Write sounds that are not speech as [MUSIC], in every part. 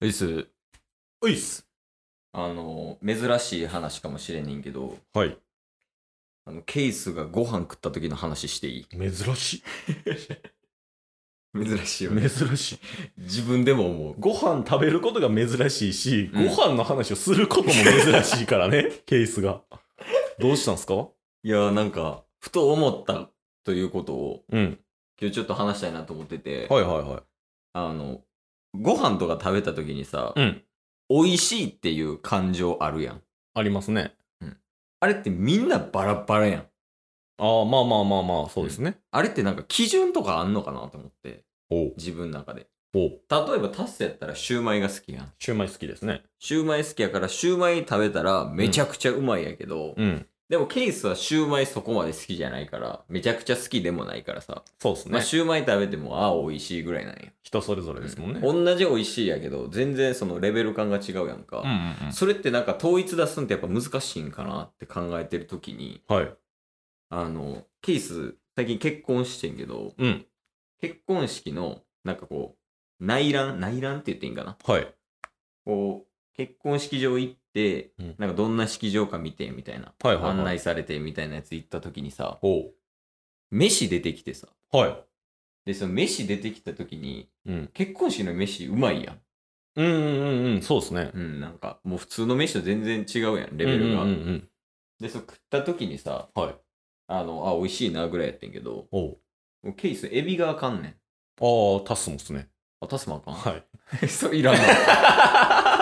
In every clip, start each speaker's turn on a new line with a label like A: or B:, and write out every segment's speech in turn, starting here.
A: ういっす。
B: おいっす。
A: あの、珍しい話かもしれねんけど、
B: はい。
A: あの、ケイスがご飯食った時の話していい
B: 珍し
A: 珍しい
B: い。
A: よね。
B: 珍しい。
A: 自分でも思う。
B: ご飯食べることが珍しいし、
A: うん
B: ご飯の話をすることも珍しいから
A: [LAUGHS]
B: ね、ケースが。どうしたんすか
A: いやー、なんか、ふと思ったということを、
B: うん。
A: 今日ちょっと話したいなと思ってて、
B: はいはいはい。
A: あの、ご飯とか食べた時にさ、
B: うん
A: 美味しいっていう感情あるやん。
B: ありますね。
A: あれってみんなバラバラやん。
B: ああ、まあまあまあまあ、そうですね。
A: あれってなんか基準とかあんのかなと思って、
B: おう
A: 自分の中で。
B: おう
A: 例えばタッセやったらシューマイが好きやん。
B: シューマイ好きですね。
A: シューマイ好きやからシューマイ食べたらめちゃくちゃうまいやけど、
B: うん。
A: でもケイスはシューマイそこまで好きじゃないから、めちゃくちゃ好きでもないからさ、
B: そうですね。
A: まあシューマイ食べてもああ美味しいぐらいなんや。
B: 人それぞれですもんね。うん
A: 同じ美味しいやけど、全然そのレベル感が違うやんか。
B: うん
A: それってなんか統一出すんってやっぱ難しいんかなって考えてる時に、
B: うん。はい。
A: あの、ケイス最近結婚してんけど、
B: うん。
A: 結婚式のなんかこう、内覧、内覧って言っていいんかな
B: はい。
A: こう、結婚式場行って、
B: うん
A: なんかどんな式場か見てみたいな、
B: はいはいはい
A: 案内されてみたいなやつ行った時にさ、
B: おう
A: 飯出てきてさ、
B: はい。
A: で、その飯出てきた時に、
B: うん。
A: 結婚式の飯うまいやん。
B: うんうんうんうん、そうですね。
A: うん、なんかもう普通の飯と全然違うやん、レベルが。
B: うんうんうん
A: で、そう食った時にさ、
B: うん。はい。
A: あの、あ、美味しいなぐらいやってんけど、
B: おう
A: もうケース、エビがあかんねん。
B: ああ、タスもっすね。
A: あ、タスマあかん。 [LAUGHS]
B: はい。
A: そう、いらんわ。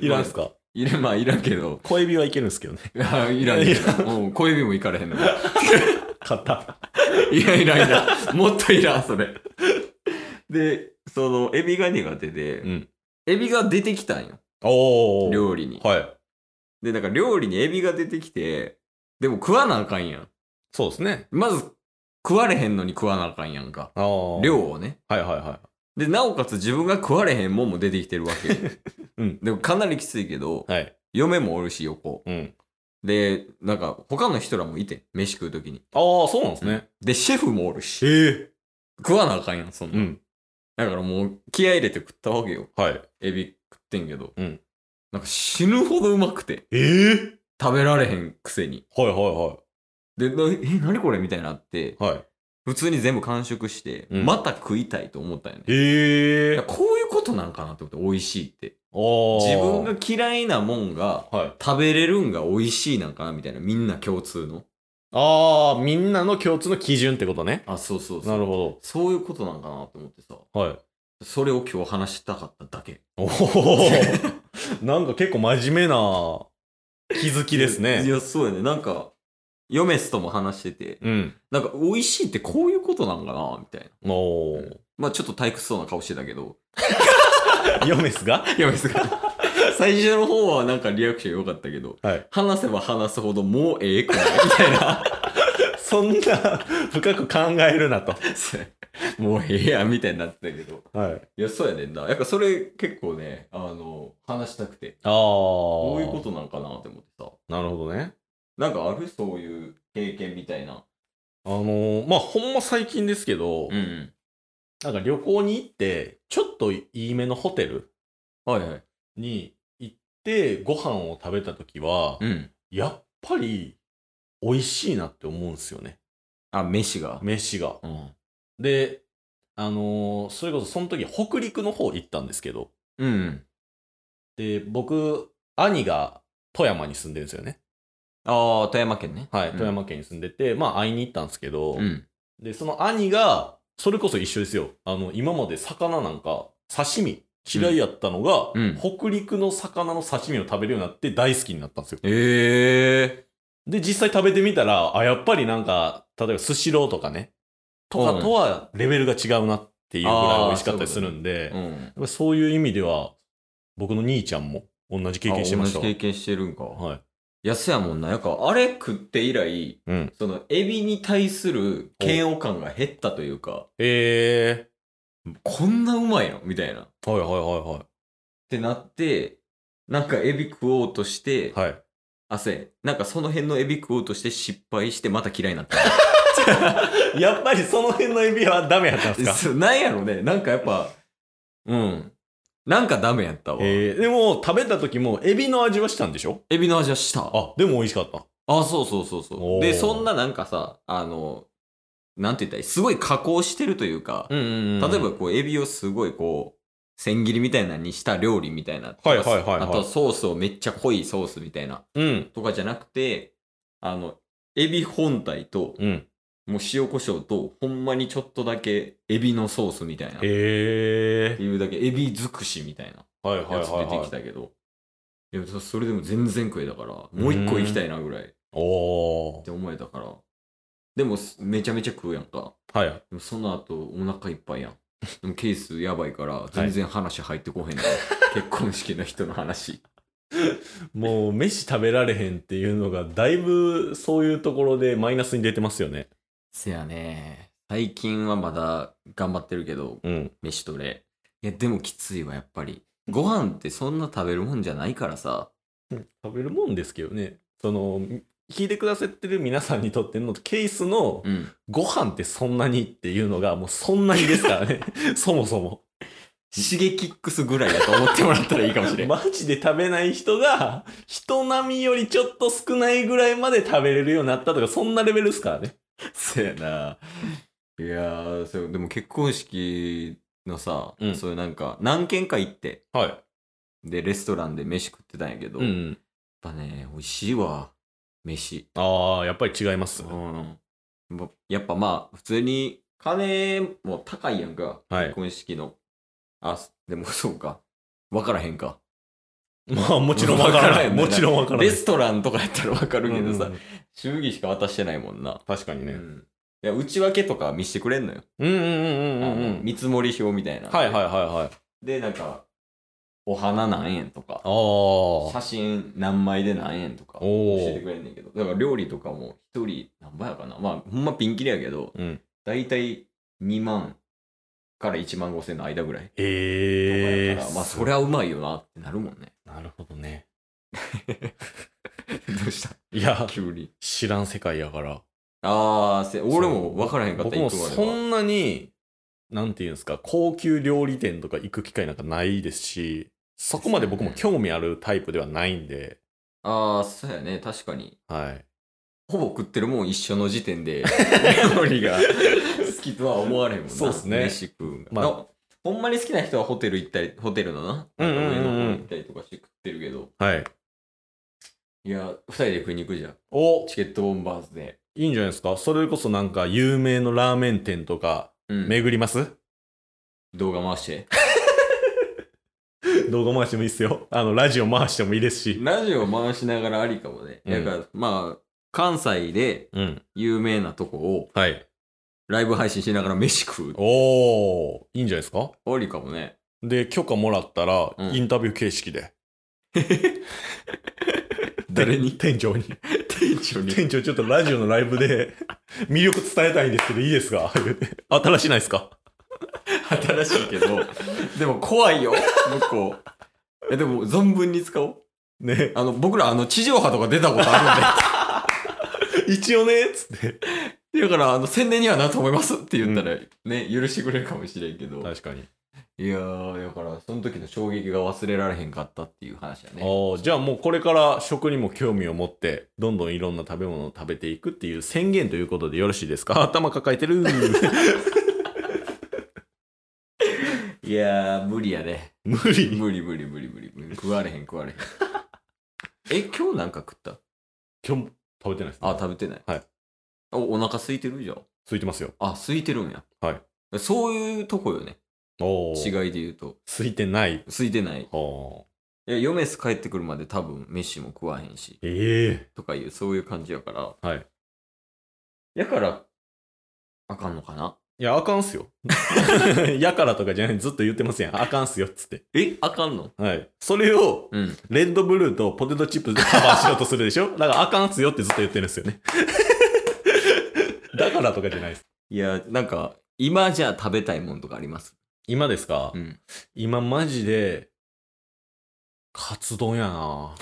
B: いらんすか
A: いらん、まあ、いらんけど。
B: 小エビはいけるんですけどね。
A: いやいらんけ
B: [LAUGHS] いら
A: ど。もう小指もいかれへんの。い
B: 買った。
A: らんいらんいら
B: [LAUGHS]
A: ん。もっといらん、それ。で、その、エビが苦手で、
B: うん
A: エビが出てきたんよ。
B: おお。
A: 料理に。
B: はい。
A: で、なんか料理にエビが出てきて、でも食わなあかんやん。
B: そうですね。
A: まず、食われへんのに食わなあかんやんか。
B: ああ。
A: 量をね。
B: はいはいは
A: で、なおかつ自分が食われへんもんも出てきてるわけよ。
B: [LAUGHS] うん
A: でもかなりきついけど
B: い。、はい。
A: 嫁もおるし、横。
B: うん。
A: で、なんか、他の人らもいて、飯食うときに。
B: ああ、そうなんですね。
A: で、シェフもおるし、
B: え
A: 食わなあかんやん、そん
B: う
A: なん。
B: ん。
A: だからもう、気合い入れて食ったわけよ。
B: はい。
A: エビ食ってんけど。
B: うん
A: なんか死ぬほどうまくて、
B: ええ
A: 食べられへんくせに。
B: はいは
A: で、なえ、何これみたいになって、
B: いはい。はい。
A: 普通に全部完食して、
B: うん
A: また食いたいと思ったんよね。
B: え
A: い
B: あ
A: やこういうことなんかなってこと、美味しいって。
B: あ。
A: 自分が嫌いなもんが、
B: はい。
A: 食べれるんが美味しいなんかなみたいな、みんな共通の。
B: ああ、みんなの共通の基準ってことね。
A: あ、そうそうそう。
B: なるほ
A: そういうことなんかなと思ってさ、
B: ど。はい。
A: それを今日話したかっただけ。
B: おお。なんか結構真面目な気づきです
A: い
B: ね。
A: や、そうやね。なんか、ヨメスとも話してて、
B: うん。
A: なんか、美味しいってこういうことなんかなみたいな。
B: おお。
A: まあちょっと退屈そうな顔してたけど、
B: ヨメスが
A: ヨメスが。最初の方はなんかリアクション良かったけど、
B: はい。
A: 話せば話すほどもうええくないみたいな。 [LAUGHS]
B: そんな深く考えるなと。
A: そうもうええやんみたいになってたけど。
B: はい。
A: いや、そうやねんな。やっぱそれ結構ね、あの、話したくて、
B: ああ。こ
A: こういうことなんかなって思ってさ。
B: なるほどね。
A: なんかあるそういう経験みたいな。
B: あのーまあ、ほんま最近ですけど、
A: ん。
B: なんか旅行に行って、ちょっといいめのホテル
A: はいはい。
B: に行って、ご飯を食べた時は、
A: ん。
B: やっぱり、美味しいなって思うんですよね。
A: あ、飯が。
B: 飯が。
A: うん。
B: で、あのーそれこそその時、北陸の方行ったんですけど、
A: うん。
B: で、僕、兄が富山に住んでるんですよね。
A: ああ、富山県ね。
B: はい、
A: うん
B: 富山県に住んでて、まあ、会いに行ったんですけど、
A: うん。
B: で、その兄が、それこそ一緒ですよ。あの、今まで魚なんか、刺身嫌いやったのが、
A: うん
B: 北陸の魚の刺身を食べるようになって大好きになったんですよ。
A: ええ
B: で、実際食べてみたら、あ、やっぱりなんか、例えばスシローとかね、と
A: うん
B: かとはレベルが違うなっていうぐらい美味しかったりするんで、やっ
A: ん。
B: ぱりそういう意味では、僕の兄ちゃんも同じ経験してました
A: あ
B: わ
A: 同じ。経験してるんか。
B: はい。
A: 安やもんな。やっぱ、あれ食って以来、
B: うん。
A: その、エビに対する嫌悪感が減ったというか、
B: え
A: こんなうまいのみたいな。っ
B: ー、はいはいは
A: てなって、なんかエビ食おうとして、
B: いはい。はい。
A: 汗、なんかその辺のエビ食おうとして失敗してまた嫌いになった。
B: [LAUGHS] やっぱりその辺のエビはダメやったんですか
A: そうなんやろね。なんかやっぱ、
B: うん。
A: なんかダメやったわ。
B: えーでも、食べた時も、エビの味はしたんでしょ
A: エビの味はした。あ、
B: あ、でも美味しかった。
A: そうそうそうそ
B: お
A: う。
B: ー
A: で、そんななんかさ、あの、なんて言ったらいいすごい加工してるというか、
B: うんうん
A: 例えば、こう、エビをすごいこう、千切りみたいなのにした料理みたいな。
B: はいはいはいはい
A: あとはソースをめっちゃ濃いソースみたいな。
B: うん。
A: とかじゃなくて、あの、エビ本体と、
B: うん。
A: もう塩コショウと、ほんまにちょっとだけエビのソースみたいな。
B: え
A: いうだけ、エビ尽くしみたいな
B: ー。はいはい
A: やつ出
B: はい、
A: て
B: は
A: き
B: い。
A: たけど。いや、そそれでも全然食えたから、もう一個行きたいなぐらい。
B: お
A: って思えたから。でも、すめちゃめちゃ食うやんか。
B: ー。はい。
A: でもその後、お腹いっ [LAUGHS] ぱいやん。でも、ケースやばいから、全然話入ってこへんの、結婚式の人の話。
B: もう、飯食べられへんっていうのが、だいぶ、そういうところでマイナスに出てますよね。
A: せやね。最近はまだ頑張ってるけど、
B: うん。
A: 飯トレ。いや、でもきついわ、やっぱり。ご飯ってそんな食べるもんじゃないからさ。
B: 食べるもんですけどね。その、聞いてくださってる皆さんにとってのケースの
A: うん。
B: ご飯ってそんなにっていうのがもうそんなにですからね。 [LAUGHS] そもそも。
A: シゲキックスぐらいだと思ってもらったらいいかもし [LAUGHS] れ
B: [LAUGHS]
A: ん。
B: マジで食べない人が人並みよりちょっと少ないぐらいまで食べれるようになったとかそんなレベルですからね。
A: せやな。いやーそう、でも結婚式のさ、
B: うん
A: そういうなんか、何軒か行って、
B: はい。
A: で、レストランで飯食ってたんやけど、
B: う
A: やっ
B: ん。
A: ぱね、美味しいわ、飯。
B: ああ、やっぱり違います。
A: うん。ぼやっぱまあ、普通に、金も高いやんか、
B: はい
A: 結婚式の。あ、でもそうか。わからへんか。
B: まあもちろんわからない。
A: わからない
B: もちろんわからない。
A: レストランとかやったらわかるけどさ、
B: うんうん
A: 祝儀しか渡してないもんな。
B: 確かに
A: う
B: ね。
A: ん。いや、内訳とか見せてくれんのよ。
B: うんうんうんうんう
A: あの
B: ん。
A: 見積もり表みたいな。
B: はいはいはいはい。
A: で、なんか、お花何円とか、
B: ああ。お
A: 写真何枚で何円とか教
B: お
A: えて
B: ー。
A: くれんねんけど、だから料理とかも一人何倍やかな。まあ、ほんまピンキリやけど、
B: うん。
A: だいたい2万から1万5千の間ぐらい。
B: へえ
A: とかやからまあ、そりゃうまいよなってなるもんね。
B: [LAUGHS] なるほどね。
A: どうした
B: いや、
A: 急に。
B: 知らん世界やから。
A: あーせ、俺も分からへんかった、
B: 僕も
A: 行くまで
B: そ
A: は。
B: んなに、なんていうんですか、高級料理店とか行く機会なんかないですし、そこまで僕も興味あるタイプではないんで、
A: ああ、そうやね、確かに。
B: はい。
A: ほぼ食ってるもん一緒の時
B: [LAUGHS]
A: 点で、料理が好きとは思われへんもんな。
B: そうっすね
A: 飯食うんが。
B: まあ
A: なほんまに好きな人はホテル行ったり、ホテルのな、
B: う
A: なんん
B: うん
A: か
B: うんう
A: 上
B: ん
A: の方行ったりとかして食ってるけど、
B: はい。
A: いや、二人で食いに行くじゃん。
B: お
A: チケットボンバーズで。
B: いいんじゃないですかそれこそなんか有名のラーメン店とか、
A: うん。
B: 巡り [LAUGHS] ます、
A: 動画回して。
B: 動画回してもいいっすよ。あの、ラジオ回してもいいですし。
A: [LAUGHS] ラジオ回しながらありかもね。
B: う
A: だ
B: ん
A: から、まあ、関西で
B: うん。
A: 有名なとこを
B: はい。
A: ライブ配信しながら [LAUGHS] 飯食う。
B: おー、いいんじゃないですか
A: ありかもね。
B: で、許可もらったら、
A: うん
B: インタビュー形式で。
A: [LAUGHS] 誰に
B: 店長に。
A: 店長
B: [LAUGHS]
A: に。
B: 店長ちょっとラジオのライブで [LAUGHS] 魅力伝えたいんですけどいいですか [LAUGHS] 言うて新しないですか
A: [LAUGHS] 新しいけ [LAUGHS] ど、でも怖いよ、向 [LAUGHS] こう。え、でも存分に使おう。
B: ね
A: あの、僕らあの、地上波とか出たこと [LAUGHS] あ
B: 一応ねつって
A: るんで。だから、あの、宣伝にはなると思いますって言ったら、ね、許してくれるかもしれんけど。
B: かに
A: いやー、だから、その時の衝撃が忘れられへんかったっていう話やね。
B: おーじゃあもうこれから食にも興味を持ってどんどんいろんな食べ物を食べていくっていう宣言ということでよろしいです [LAUGHS] か頭抱えてる
A: いやー、無理やね。
B: 無理
A: [LAUGHS] 無理無理無理無理無理。食われへん食われへん。 [LAUGHS] え、今日なんか食った
B: 今日食べてないです
A: あ、食べてない。
B: はい。
A: お、お腹空いてるじゃん。
B: ついてますよ
A: あ、空いてるんや。。
B: はい
A: そういうとこよね。
B: お
A: 違
B: ー
A: いで言うと。
B: ついてない
A: 空いてない。
B: おー
A: いや、ヨメス帰ってくるまで多分飯も食わへんし、
B: ええ
A: とかいう、そういう感じやから。
B: はい。
A: やから、あかんのかない
B: やあかんっ [LAUGHS] すよやからとかじゃないずっと言ってますやんあかんっすよっつって
A: えあかんの
B: はいそれを
A: うん。
B: レッドブルーとポテトチップスでカバーしようとするでしょ [LAUGHS] だからあかんっすよってずっと言ってるんですよね。 [LAUGHS] だからとかじゃないです。
A: いや、なんか、今じゃあ食べたいもんとかあります
B: 今ですか、
A: うん。
B: 今マジで、カツ丼やな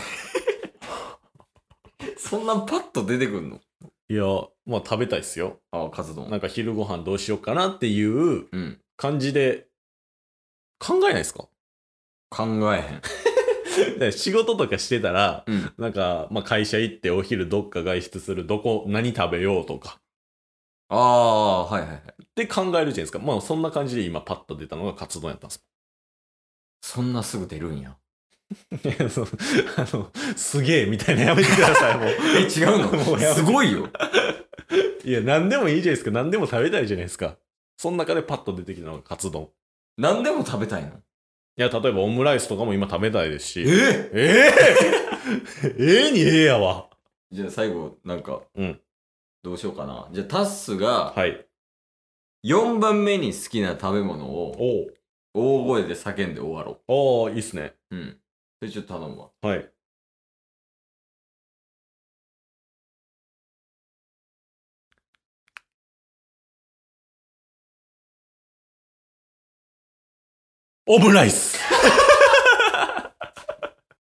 A: そんなんパッと出てくんの
B: いや、まあ食べたいっすよ。
A: あ、カツ
B: なん
A: 丼。
B: か昼ご飯どうしようかなっていう
A: うん。
B: 感じで、考えないですか [LAUGHS]
A: 考えへん。
B: 仕事とかしてたら、
A: うん。
B: なんか、まあ、会社行ってお昼どっか外出する、どこ、何食べようとか。
A: ああ、はいはいはい。
B: って考えるじゃないですか。まあ、そんな感じで今パッと出たのがカツ丼やったんです。
A: そんなすぐ出るんや。
B: いやそうあの、すげえみたいなやめてください、もう。
A: え、違う
B: [LAUGHS] も
A: の
B: うやめ
A: すごいよ。
B: いや、何でもいいじゃないですか。何でも食べたいじゃないですか。その中でパッと出てきたのがカツ丼。
A: 何でも食べたいの。
B: いや、例えばオムライスとかも今食べたいですし。
A: え
B: ええええにええやわ。
A: じゃあ最後、なんか、
B: うん
A: どうしようかな。じゃあタッスが
B: はい。
A: 4番目に好きな食べ物を
B: おう
A: 大声で叫んで終わろ
B: おーいいっすね。
A: う。うん。それちょっと頼むわ。
B: はい。オムライス